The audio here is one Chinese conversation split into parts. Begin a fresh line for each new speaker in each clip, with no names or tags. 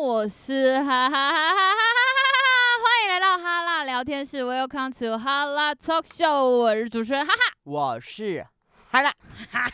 我是哈哈哈哈哈哈哈哈！欢迎来到哈拉聊天室，Welcome to 哈拉 Talk Show，我是主持人哈
我是哈娜
哈。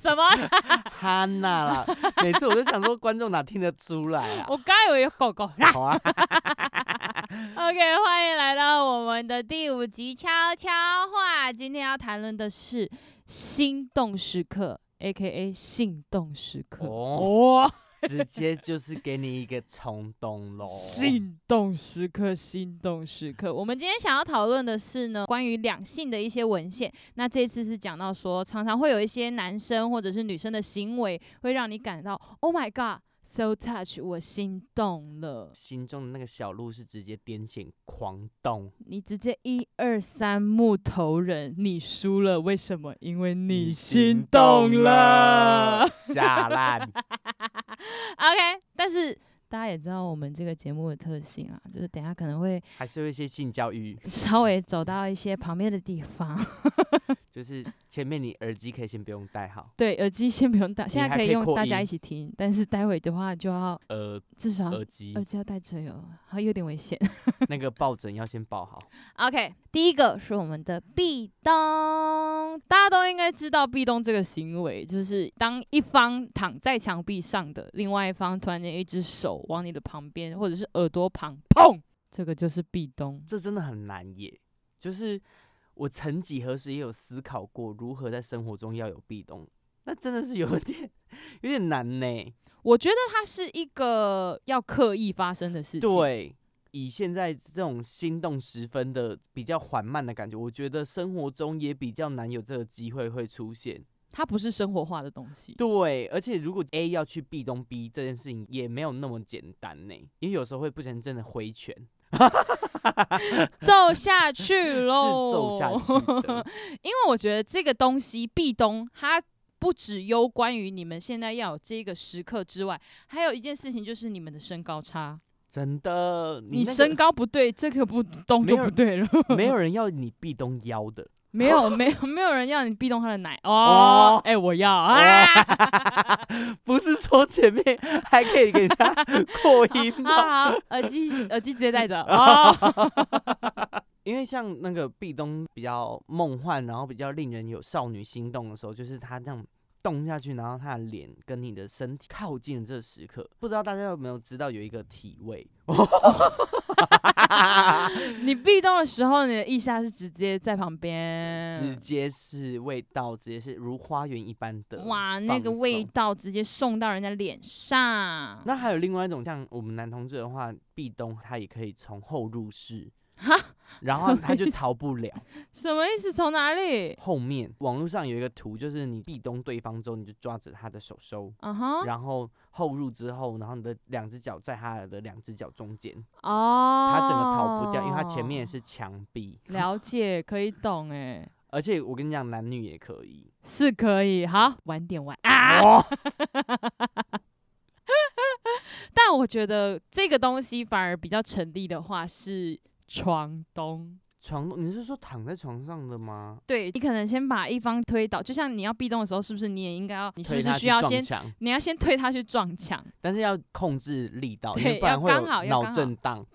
什么？
哈娜啦，每次我都想说观众哪听得出来 啊？
我刚以为狗狗。
好啊，
OK，欢迎来到我们的第五集悄悄话。今天要谈论的是心动时刻，A.K.A. 性动时刻。
哦， 直接就是给你一个冲动
哦
喽。
心动时刻，心动时刻。我们今天想要讨论的是呢，关于两性的一些文献。那这次是讲到说，常常会有一些男生或者是女生的行为，会让你感到 “Oh my God”。So touch，我心动了，
心中的那个小鹿是直接癫痫狂动，
你直接一二三木头人，你输了，为什么？因为你心动了。，
下烂
OK，但是大家也知道我们这个节目的特性啊，就是等一下可能会
还是有一些性教育，
稍微走到一些旁边的地方。
就是前面你耳机可以先不用戴好，
对，耳机先不用戴，现在
你还
可以
可以
用
扩
大家一
音
起听，但是待会的话就要
耳
至少
耳机
啊耳机要戴着哟，好有点危险。
那个抱枕要先抱好。
OK，第一个是我们的壁咚，大家都应该知道壁咚这个行为，就是当一方躺在墙壁上的，另外一方突然间一只手往你的旁边或者是耳朵旁砰，这个就是壁咚。
这真的很难耶。就是我曾几何时也有思考过，如何在生活中要有壁咚，那真的是有点有点难呢。
我觉得它是一个要刻意发生的事情。
对，以现在这种心动十分的比较缓慢的感觉，我觉得生活中也比较难有这个机会会出现。
它不是生活化的东西。
对，而且如果 A 要去壁咚 B 这件事情也没有那么简单呢，因为有时候会不小心真的挥拳，
揍下去
是
喽！
揍下去的。
因为我觉得这个东西壁咚，它不只攸关于你们现在要有这个时刻之外，还有一件事情就是你们的身高差。
真的，
你
那个
身高不对，这个不咚就
没有
不对了。
没有人要你壁咚腰的，
没有没有 没有人要你壁咚他的奶哦
哦。
哎、我要啊！
不是说前面还可以给 他扩音
好
吗？
好，耳机耳机直接 戴着哦。
因为像那个壁咚比较梦幻，然后比较令人有少女心动的时候，就是他这样动下去，然后他的脸跟你的身体靠近的这个时刻，不知道大家有没有知道有一个体位？
你壁咚的时候，你的腋下是直接在旁
直
边。
接是味道，直接是如花园一般的
哇，那个
放
味
松。
道直接送到人家脸上。
那还有另外一种，像我们男同志的话，壁咚他也可以从后入室，然后
什么
他就
意思
逃不了。
什么意思？从哪里？
后面网络上有一个图，就是你壁咚对方之后，你就抓着他的手收，
嗯哼，
然后后入之后，然后你的两只脚在他的两只脚中间，
哦，
他整个逃不掉，因为他前面也是墙壁。
了解，可以懂哎、
而且我跟你讲，男女也可以。
是可以。好，晚点玩啊！
哦，
但我觉得这个东西反而比较成立的话是床咚。
床，你是说躺在床上的吗？
对你可能先把一方推倒，就像你要壁咚的时候，是不是你也应该要？你是不
推
是
他
需
去
要
撞
先？
墙？
你要先推他去撞墙，
但是要控制力道，因
对
为不然
要
会
刚好
有
要
脑
刚好
震荡，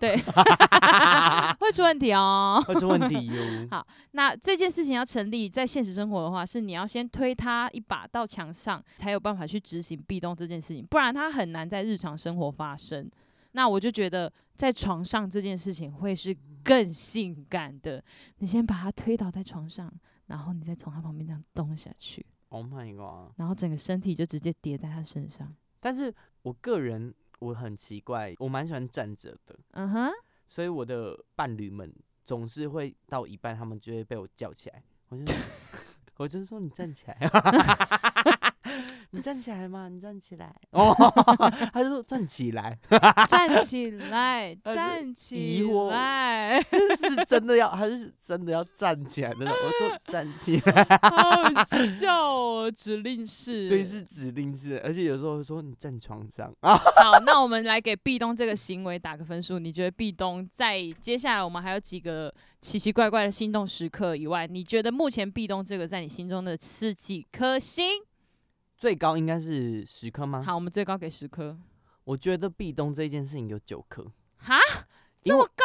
会出问题哦。
会出问 题哟。
好那这件事情要成立，在现实生活的话，是你要先推他一把到墙上，才有办法去执行壁咚这件事情，不然他很难在日常生活发生。那我就觉得在床上这件事情会是更性感的，你先把他推倒在床上，然后你再从他旁边这样咚下去，
Oh my god！
然后整个身体就直接叠在他身上。
但是我个人我很奇怪，我蛮喜欢站着的。
嗯 哼，
所以我的伴侣们总是会到一半，他们就会被我叫起来。我就 我就说你站起来，啊 你站起来嘛，你站起来。 哦， 他就说站起来，
站起来，
他是
站起
疑惑我
来，
是真的要，他是真的要站起来的。我说 站起来，
好笑哦，指令式。
对，是指令式的，而且有时候会说你站床上啊，
好，那我们来给壁咚这个行为打个分数。你觉得壁咚在接下来我们还有几个奇奇怪怪的心动时刻以外，你觉得目前壁咚这个在你心中的是几颗星？
最高应该是十颗吗？
好，我们最高给十颗。
我觉得壁咚这件事情有九颗，
哈，
因
这
为
么
我
高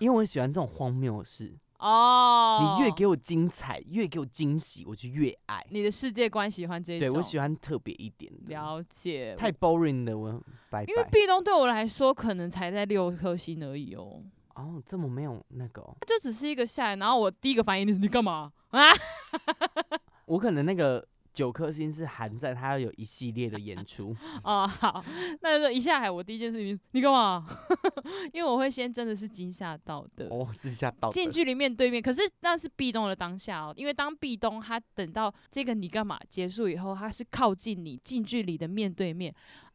因为我喜欢这种荒谬的事。
吗？哦，
你越给我精彩，越给我惊喜，我就越爱。
你的世界观喜欢这一
对
种，
我喜欢特别一点的，
了解。
太 boring 的我拜
因为
拜。
壁咚对我来说可能才在六颗星而已哦，
哦，这么没有那个、哦，
它就只是一个下来，然后我第一个反应就是你干嘛啊？
我可能那个九颗星是含在它有一系列的演 出。
哦，好，那就一下海，我第一件事情，你干嘛？ 因为我会先真的是惊吓到的。
哦，是吓到的
近距离面对面，可是那是壁咚的当下哦，因为当壁咚他等到这个你干嘛结束以后，他是靠近你近距离的面对面，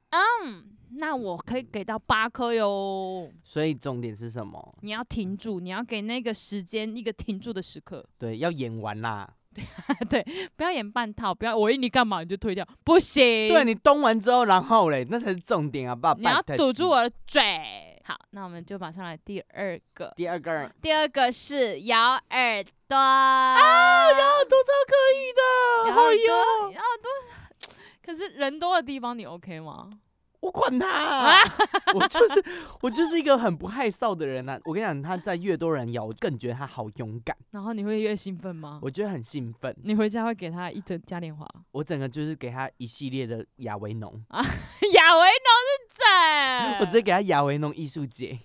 嗯，那我可以给到八颗哟。
所以重点是什么？
你要停住，你要给那个时间一个停住的时刻，
对，要演完啦。
不要演半套，不要我一你干嘛你就退掉，不行，
对你咚完之后，然后嘞，那才是重点啊，爸爸。
你要
拜
堵
托
住。我的嘴。好，那我们就马上来第二个，
第二个，哦，
第二个是咬耳朵
都超可以的，
咬
好
耳
哟，
朵，咬耳朵。可是人多的地方你 OK 吗？
我管
啊
他，我就是我就是一个很不害臊的人啊。我跟你讲，他在越多人咬，我更觉得他好勇敢，
然后你会越兴奋吗？
我觉得很兴奋。
你回家会给他一整嘉年 华？
我整个就是给他一系列的亚维农，
亚维农是
我直接
整，
给他亚维农艺术节，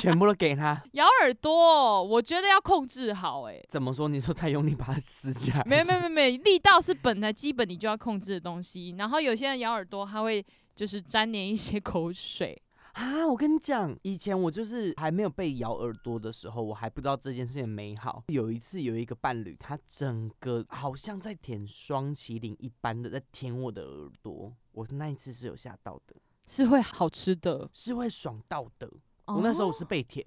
全部都给他。
咬耳朵，我觉得要控制好哎、
怎么说？你说太用力把他撕下来？
没有没有没有没有，力道是本来基本你就要控制的东西。然后有些人咬耳朵，他会就是沾黏一些口水。
啊！我跟你讲，以前我就是还没有被咬耳朵的时候，我还不知道这件事情的美好。有一次有一个伴侣，他整个好像在舔双麒麟一般的在舔我的耳朵，我那一次是有吓到的，
是会好吃的，
是会爽到的。我那时候
哦
是被舔，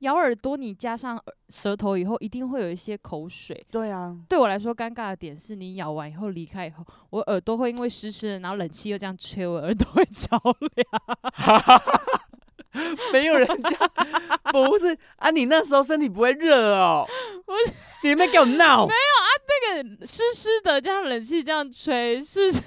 咬耳朵，你加上耳舌头以后，一定会有一些口水。
对啊，
对我来说，尴尬的点是你咬完以后离开以后，我耳朵会因为湿湿的，然后冷气又这样吹，我耳朵会着 凉。
没有人家 不是啊，你那时候身体不会热哦，
我
你有没有给我闹？
那个湿湿的，这样冷气这样吹，是不是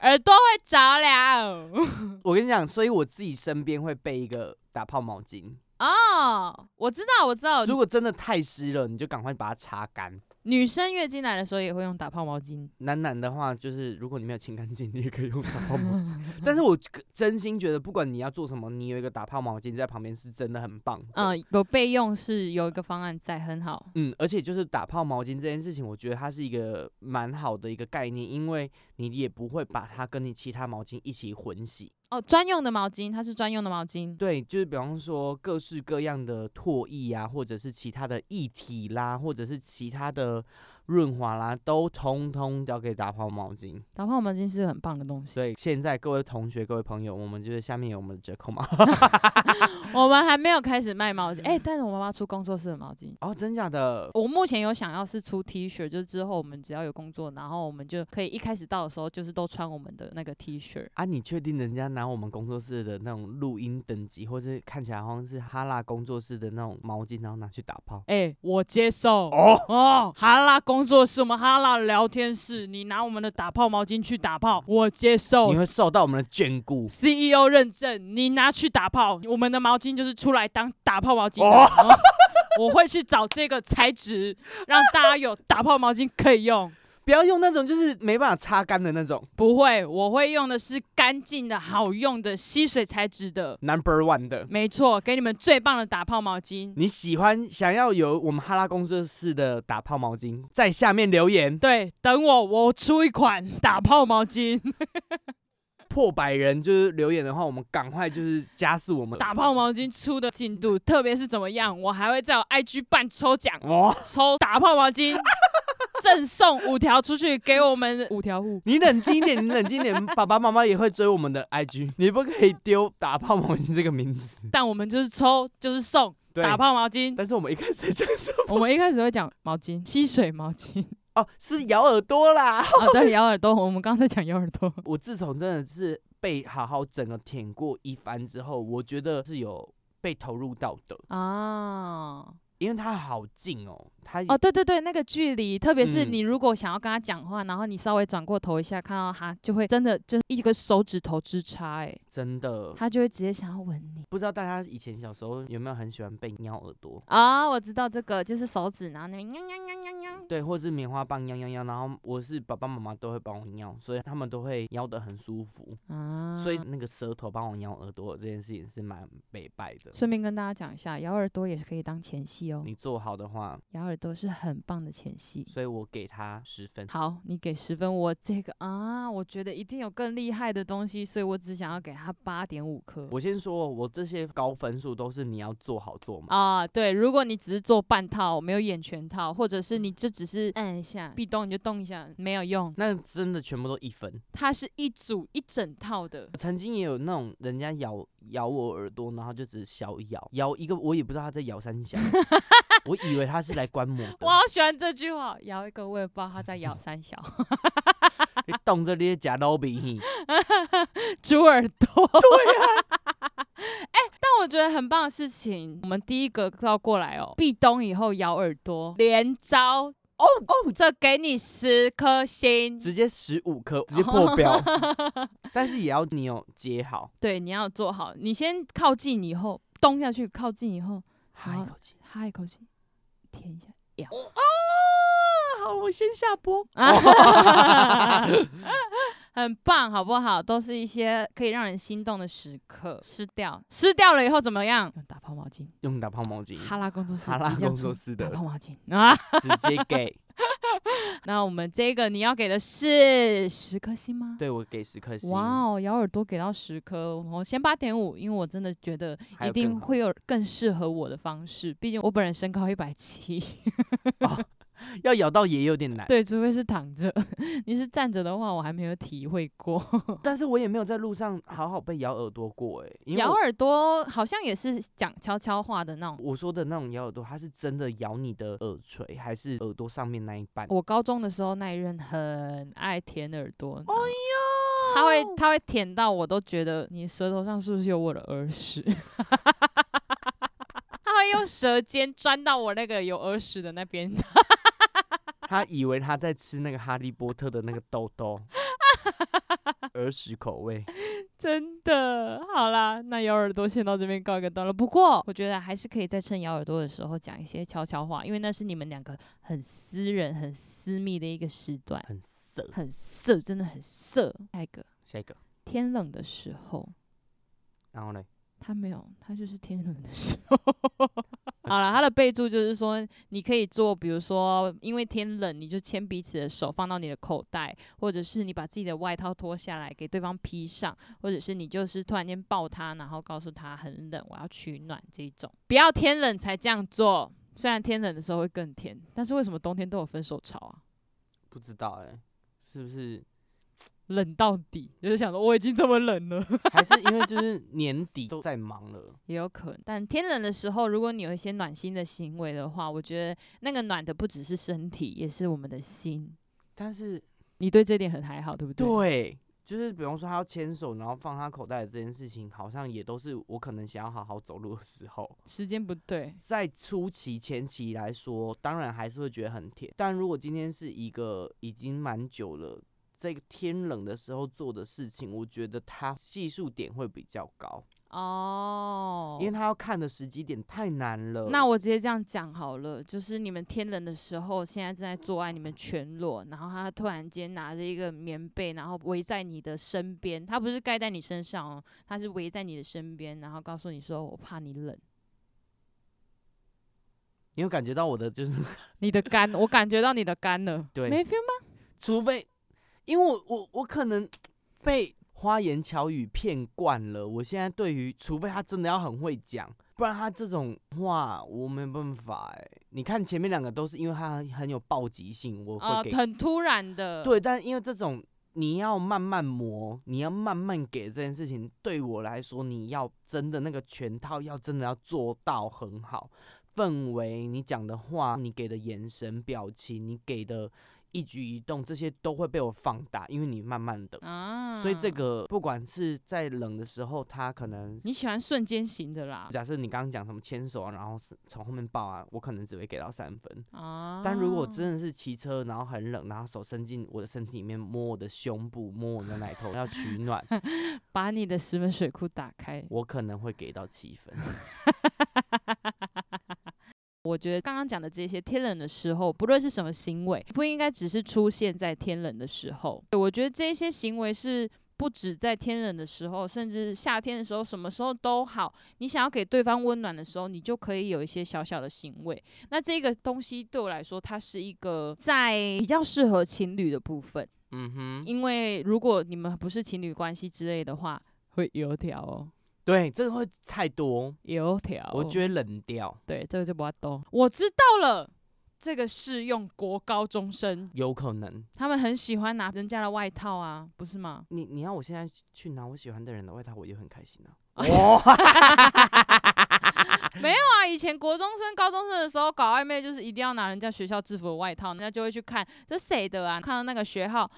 耳朵会着凉？
我跟你讲，所以我自己身边会备一个打泡毛巾，
哦，我知道，我知道，
如果真的太湿了，你就赶快把它擦干。
女生月经来的时候也会用打泡毛巾。
男男的话，就是如果你没有清干净，你也可以用打泡毛巾。但是我个真心觉得，不管你要做什么，你有一个打泡毛巾在旁边是真的很棒。嗯
嗯，有备用是有一个方案在，很好。
嗯，而且就是打泡毛巾这件事情，我觉得它是一个蛮好的一个概念，因为你也不会把它跟你其他毛巾一起混洗。
哦，专用的毛巾，它是专用的毛巾。
对，就是比方说各式各样的唾液啊，或者是其他的液体啦，或者是其他的润滑啦，都通通交给打泡毛巾。
打泡毛巾是很棒的东西。
所以现在各位同学、各位朋友，我们就是下面有我们的折扣码。
我们还没有开始卖毛
嗯
巾，哎、但是我妈妈出工作室的毛巾。
哦，真假的？
我目前有想要是出 T 恤，就是之后我们只要有工作，然后我们就可以一开始到的时候就是都穿我们的那个 T 恤。
啊，你确定人家拿我们工作室的那种录音等级，或者看起来好像是哈拉工作室的那种毛巾，然后拿去打泡？
哎、我接受哦哈拉工作室，我们哈拉聊天室，你拿我们的打泡毛巾去打泡，我接受。
你会受到我们的眷顾。
CEO 认证，你拿去打泡，我们的毛巾就是出来当打泡毛巾的。
哦
嗯我会去找这个材质，让大家有打泡毛巾可以用。
不要用那种就是没办法擦干的那种
不会，我会用的是干净的、好用的吸水材质的。
number one 的。
没错，给你们最棒的打泡毛巾。
你喜欢想要有我们哈拉工作室的打泡毛巾，在下面留言
对，等我，我出一款打泡毛巾，
破百人就是留言的话，我们赶快就是加速我们
打泡毛巾出的进度，特别是怎么样，我还会在我 IG 办抽奖，
哦。
抽打泡毛巾，赠送五条出去给我们五条户。
你冷静一点，你冷静一点， 爸爸妈妈也会追我们的 IG，你不可以丢“打泡毛巾”这个名字。
但我们就是抽，就是送
嗯对，
打泡毛巾。
但是我们一开始在讲什么？
我们一开始会讲毛巾，吸水毛巾。
哦，是咬耳朵啦。
啊，对，咬耳朵，我们刚刚在讲咬耳 朵。
我自从真的是被好好整个舔过一番之后，我觉得是有被投入到的，
啊，
因为它好近哦，他
哦，对对对，那个距离，特别是
嗯
你如果想要跟他讲话，然后你稍微转过头一下，看到他，就会真的就是一个手指头之差、欸，
真的
他就会直接想要吻你。
不知道大家以前小时候有没有很喜欢被咬耳朵？
啊、我知道这个，就是手指，然后那边喵喵喵喵喵。
对，或者是棉花棒痒痒痒，然后我是爸爸妈妈都会帮我咬，所以他们都会咬得很舒服，
啊，
所以那个舌头帮我咬耳朵这件事情是蛮北拜的。
顺便跟大家讲一下，咬耳朵也是可以当前戏哦，
你做好的话，
咬耳朵是很棒的前戏。
所以我给他十分。
好，你给十分，我这个啊，我觉得一定有更厉害的东西，所以我只想要给他八点五颗。
我先说，我这些高分数都是你要做好做满。
啊，对，如果你只是做半套，没有演全套，或者是你就只是按一下壁咚你就动一下，没有用，
那真的全部都一分。
它是一组一整套的。
曾经也有那种人家咬咬我耳朵，然后就只是小咬，咬一个我也不知道他在咬三下， 我以为他是来观摩
我
的。
好喜欢这句话，摇一个我也不知道他在摇三 小，
你动这些假老鼻，
猪耳朵。对 啊，哎、但我觉得很棒的事情，我们第一个绕过来哦，壁咚以后摇耳朵连招哦哦，这给你十颗星。
直接十五颗，直接破标。 但是也要你有接好，
对，你要做好，你先靠近以后咚下去，靠近以后
哈
好
一口气。
哈一口气，舔一下。
哦，好，我先下播。
啊， 很棒，好不好？都是一些可以让人心动的时刻。湿掉，湿掉了以后怎么样？用打泡毛巾，
用打泡毛巾，
哈拉工作室
哈拉
即将
工作
出
室
打
的
泡毛巾啊。
直接给。
那我们这个你要给的是十颗星吗？
对我给十颗星。
哇哦，咬耳朵给到十颗，我先八点五，因为我真的觉得
还
一
有更
定
好
会有更适合我的方式，毕竟我本人身高一百七，
要咬到也有点难，
对，除非是躺着， 你是站着的话，我还没有体会过。
但是我也没有在路上好好被咬耳朵过哎、因为
咬
我
耳朵好像也是讲悄悄话的那种。
我说的那种咬耳朵，它是真的咬你的耳垂，还是耳朵上面那一半？
我高中的时候那一任很爱舔耳朵，
哎呦，
他会他会舔到我都觉得你舌头上是不是有我的耳屎？ 他会用舌尖钻到我那个有耳屎的那边，
他以为他在吃那个哈利波特的那个豆 豆，耳屎口味。
真的。好啦，那咬耳朵先到这边告一个段落。不过我觉得还是可以在趁咬耳朵的时候讲一些悄悄话，因为那是你们两个很私人、很私密的一个时段，
很涩。
很色，真的很色。下一个。
下一个，
天冷的时候，
然后呢？
他没有，他就是天冷的时候。 好了，他的备注就是说，你可以做，比如说，因为天冷，你就牵彼此的手放到你的口袋，或者是你把自己的外套脱下来给对方披上，或者是你就是突然间抱他，然后告诉他很冷，我要取暖这一种。不要天冷才这样做，虽然天冷的时候会更甜，但是为什么冬天都有分手潮啊？
不知道哎、是不是？
冷到底，就是想说我已经这么冷了。
还是因为就是年底都在忙了，
也有可能，但天冷的时候，如果你有一些暖心的行为的话，我觉得那个暖的不只是身体，也是我们的心。
但是
你对这点很还好，对不对？
对，就是比方说他要牵手，然后放他口袋的这件事情，好像也都是我可能想要好好走路的时候。
时间不对，
在初期前期来说，当然还是会觉得很甜，但如果今天是一个已经蛮久了。这个天冷的时候做的事情，我觉得它系数点会比较高，
哦
因为他要看的时机点太难了。
那我直接这样讲好了，就是你们天冷的时候，现在正在做爱，你们全裸，然后他突然间拿着一个棉被，然后围在你的身边，他不是盖在你身上哦，他是围在你的身边，然后告诉你说我怕你冷，
你有感觉到我的就是
你的肝，我感觉到你的肝了，
对
没 feel 吗？
除非，因为我我我可能被花言巧语骗惯了，我现在对于除非他真的要很会讲，不然他这种话我没办法哎、你看前面两个都是因为他很很有暴击性，我
啊、
会给、
很突然的，
对，但因为这种你要慢慢磨，你要慢慢给这件事情，对我来说，你要真的那个全套要真的要做到很好，氛围、你讲的话、你给的眼神、表情、你给的一举一动，这些都会被我放大，因为你慢慢的。
啊，
所以这个不管是在冷的时候，它可能
你喜欢瞬间型的啦
假设你刚刚讲什么牵手啊，然后是从后面抱啊，我可能只会给到三分。
啊，
但如果真的是骑车，然后很冷，然后手伸进我的身体里面摸我的胸部，摸我的奶头，要取 暖，
把你的石门水库打开，
我可能会给到七分。
我觉得刚刚讲的这些天冷的时候，不论是什么行为，不应该只是出现在天冷的时候。对我觉得这些行为是不止在天冷的时候，甚至夏天的时候，什么时候都好。你想要给对方温暖的时候，你就可以有一些小小的行为。那这个东西对我来说，它是一个在比较适合情侣的部分，
嗯哼，
因为如果你们不是情侣关系之类的话，会油条哦，
对，这个会太多，
油条哦、
我就会冷掉，
对，这个就不要懂。我知道了，这个适用国高中生，
有可能。
他们很喜欢拿人家的外套啊，不是吗？
你你要我现在去拿我喜欢的人的外套，我也很开心啊。
哦
哇，
啊，以前国中生、高中生的时候搞暧昧，就是一定要拿人家学校制服的外套，人家就会去看这谁的啊，看到那个学号，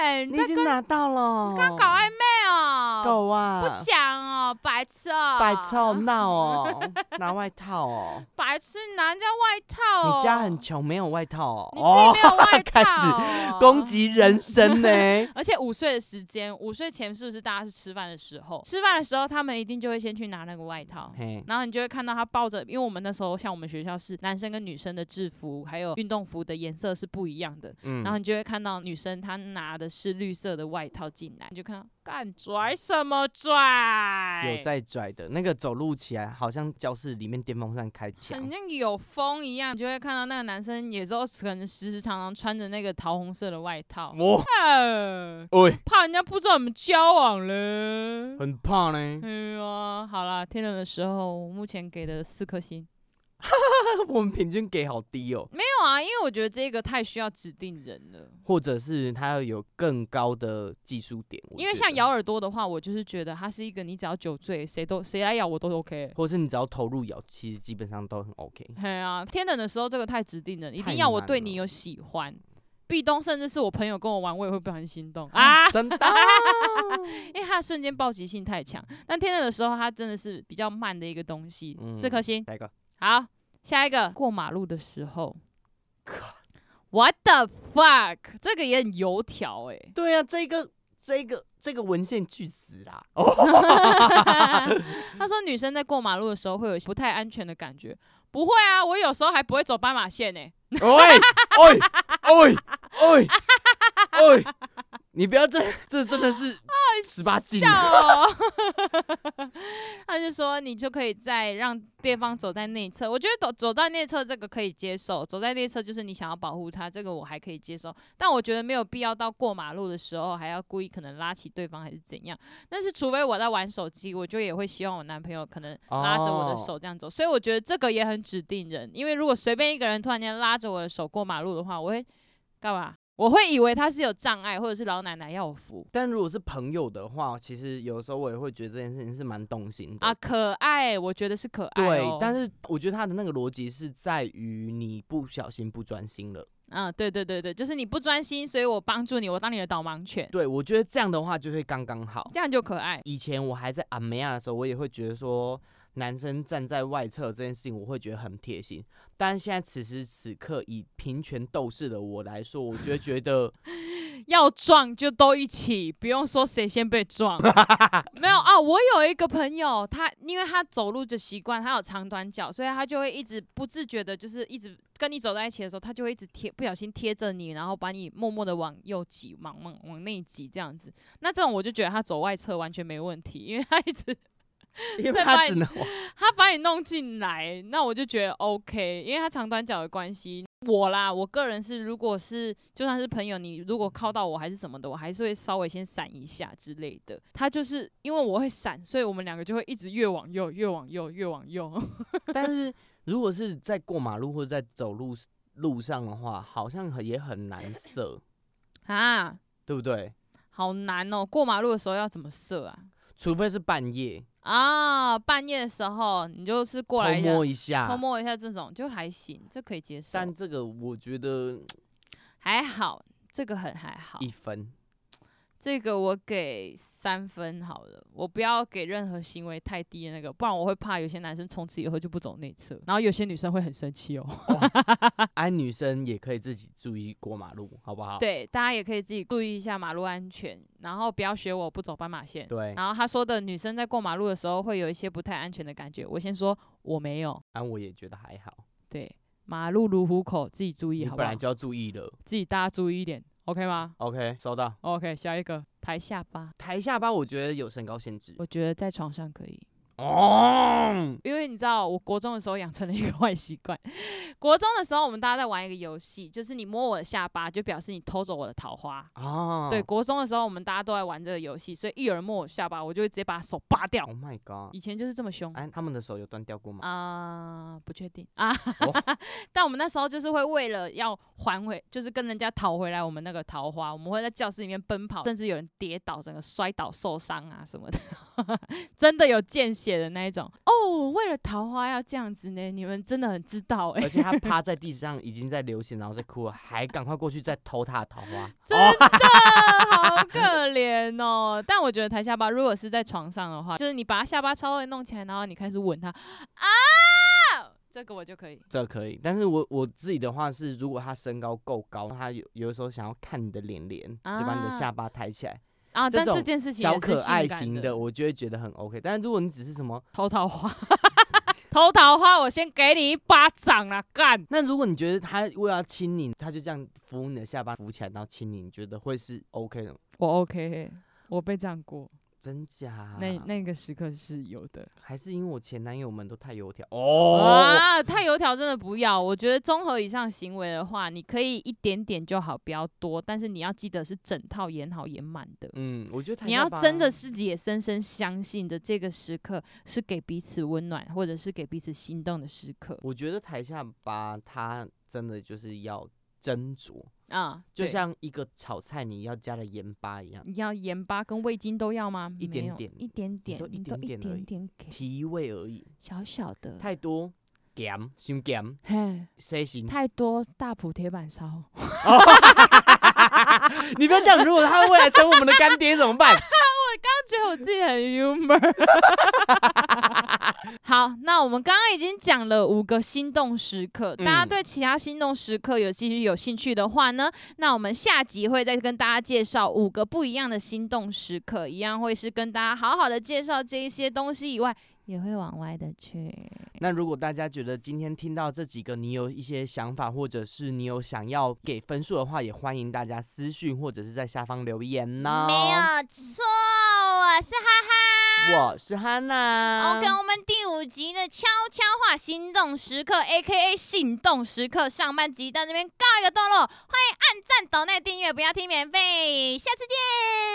哎、你
你
在
已经拿到了，
刚搞暧昧哦，
够啊
不，讲哦，白痴哦，
摆臭闹哦，拿外套 哦，
白痴，拿人家外套、哦，
你家很，穷，没有外套哦，
你自己没有外
开
套、
始攻。击人 生呢、
而且午睡的时间，午睡前是不是大家是吃饭的时候？吃饭的时候，他们一定就会先去拿那个外套。
嘿，
然后你就会看到他抱着，因为我们那时候像我们学校是男生跟女生的制服还有运动服的颜色是不一样的，
嗯，
然后你就会看到女生她拿的是绿色的外套进来，你就看到干拽什么拽，
有在拽的那个走路起来，好像教室里面电风扇开墙
很，像有风一样，你就会看到那个男生也都可能时时常常穿着那个桃红色的外套，
我
哎
喂，
怕人家不知道我们交往了。
很怕呢，
哎呀，好啦，天冷的时候，我目前给的四颗星。
我们平均给好低哦，
没有啊，因为我觉得这个太需要指定人了。
或者是他要有更高的技术点，我
因为
觉
像
得
咬，耳朵的话，我就是觉得它是一个你只要酒醉，谁都谁来咬我都 OK。
或是你只要投入咬，其实基本上都很 OK。
嘿啊，天冷的时候这个太指定人，一
太
定要我
难
对你
了
有喜欢。壁咚甚至是我朋友跟我玩，我也会不小心心动啊，
真的，
因为它的瞬间暴击性太强。但天冷的时候，它真的是比较慢的一个东西。四颗
嗯
星。
来 一个，
好，下一个过马路的时候，What the fuck？这个也很油条哎、
对啊，这个这个这个文献巨死啦，哦，
他说女生在过马路的时候会有不太安全的感觉，不会啊，我有时候还不会走斑马线欸呢、
哦喂喂喂喂 喂，你不要这这真的是十八禁
笑
啊。
哦。 他就说你就可以在让对方走在内侧，我觉得走走在内侧这个可以接受，走在内侧就是你想要保护他，这个我还可以接受，但我觉得没有必要到过马路的时候还要故意可能拉起对方还是怎样。但是除非我在玩手机，我就也会希望我男朋友可能拉着我的
哦
手这样走，所以我觉得这个也很指定人，因为如果随便一个人突然间拉着我的手过马路的话，我会干嘛？我会以为他是有障碍，或者是老奶奶要我扶。
但如果是朋友的话，其实有时候我也会觉得这件事情是蛮动心的
啊，。可爱，我觉得是可爱、
对，
哦。
但
是，
是我觉得他的那个逻辑是在于你不小心不专心了。
嗯，对对对对，就是你不专心，所以我帮助你，我当你的导盲犬，
对，我觉得这样的话就会刚刚好。
这样就可爱。
以前我还在阿梅亚的时候，我也会觉得说男生站在外侧这件事情，我会觉得很贴心。但现在此时此刻，以平权斗士的我来说，我就会觉得
要撞就都一起，不用说谁先被 撞。没有啊，我有一个朋友，他因为他走路的习惯，他有长短脚，所以他就会一直不自觉的，就是一直跟你走在一起的时候，他就会一直贴，不小心贴着你，然后把你默默的往右挤，往往往内挤这样子。那这种我就觉得他走外侧完全没问题，因为他一直
因为
在
他
外
只能
他把你弄进来，那我就觉得 OK，因为他长短脚的关系。我啦，我个人是，如果是就算是朋友，你如果靠到我还是什么的，我还是会稍微先闪一下之类的。他就是因为我会闪，所以我们两个就会一直越往右，越往右，越往右。
但是如果是在过马路或者在走路路上的话，好像很也很难射，
啊，
对不对？
好难哦！过马路的时候要怎么射啊？
除非是半夜
啊，半夜的时候你就是过来一
偷
下，
摸一下，
偷摸一下这种就还行，这可以接受。
但这个我觉得
还好，这个很还好，
一分，
这个我给三分好了，我不要给任何行为太低的那个，不然我会怕有些男生从此以后就不走内侧，然后有些女生会很生气哦。
安女生也可以自己注意过马路，好不好？
对，大家也可以自己注意一下马路安全，然后不要学我不走斑马线。
对，
然后他说的女生在过马路的时候会有一些不太安全的感觉，我先说我没有，
安我也觉得还好，
对，马路如虎口，自己注意
你
好
本
不好
来？就要注意了。
自己大家注意一点，OK 吗
OK，收到。
？OK，下一个抬下巴，
抬下巴，我觉得有身高限制。
我觉得在床上可以。
哦，
因为你知道，我国中的时候养成了一个 坏习惯。国中的时候，我们大家在玩一个游戏，就是你摸我的下巴，就表示你偷走我的桃花。
哦，
对，国中的时候，我们大家都在玩这个游戏，所以一有人摸我下巴，我就会直接把手拔掉
，Oh。my god，
以前就是这么凶啊、
安他们的手有断掉过吗？
啊
哦
不确定啊。 但我们那时候就是会为了要还回，就是跟人家讨回来我们那个桃花，我们会在教室里面奔跑，甚至有人跌倒，整个摔倒受伤啊什么的， 真的有见血的那一种。哦，为了桃花要这样子呢，你们真的很知道哎、
而且他趴在地上已经在流血，然后在哭了，还赶快过去再偷他的桃花。
真
哦，
好可怜哦。但我觉得抬下巴，如果是在床上的话，就是你把他下巴稍微弄起来，然后你开始吻他啊，这个我就可以。
这可以，但是我我自己的话是，如果他身高够高，他有有的时候想要看你的脸脸，就把你的
啊
下巴抬起来，
啊，
这
但这
种
件事情也
小
是
可爱
性感
型
的
的，我就会觉得很 OK。但是如果你只是什么，
偷桃花， 偷桃花，我先给你一巴掌啦，干！
那如果你觉得他为了要亲你，他就这样扶你的下巴扶起来，然后亲你，你觉得会是 OK 的吗？
我 OK，欸我被这样过，
真假？
那那个时刻是有的。
还是因为我前男友们都太油条哦。
啊，太油条真的不要。我觉得综合以上行为的话，你可以一点点就好，不要多，但是你要记得是整套演好演满的。
嗯，我觉得
你要真的自己也深深相信的，这个时刻是给彼此温暖，或者是给彼此心动的时刻
我觉得台下吧，他真的就是要斟酌，
啊。
就
对
像一个炒菜你要加的盐巴一样，
你要盐巴跟味精都要吗？
一
没
点
有
点
一点点，
都一
你都
点
一
点而
点
已
点给
提味而已，
小小的，
太多嗯咸，伤咸，
嘿，
谁行？
太多大埔铁板烧，
你不要这样，如果他未来成为我们的干爹怎么办？
觉得我自己很 humor。好，那我们刚刚已经讲了五个心动时刻，大家
嗯
对其他心动时刻有继续有兴趣的话呢，那我们下集会再跟大家介绍五个不一样的心动时刻，一样会是跟大家好好的介绍这一些东西以外，也会往歪的去。
那如果大家觉得今天听到这几个，你有一些想法，或者是你有想要给分数的话，也欢迎大家私讯或者是在下方留言呢、
没有啊错，我是哈哈，
我是汉娜。
OK，我们第五集的悄悄话行动时刻，A.K.A 行动时刻上半集到这边告一个段落，欢迎按赞、抖内、订阅，不要听免费，下次见。哦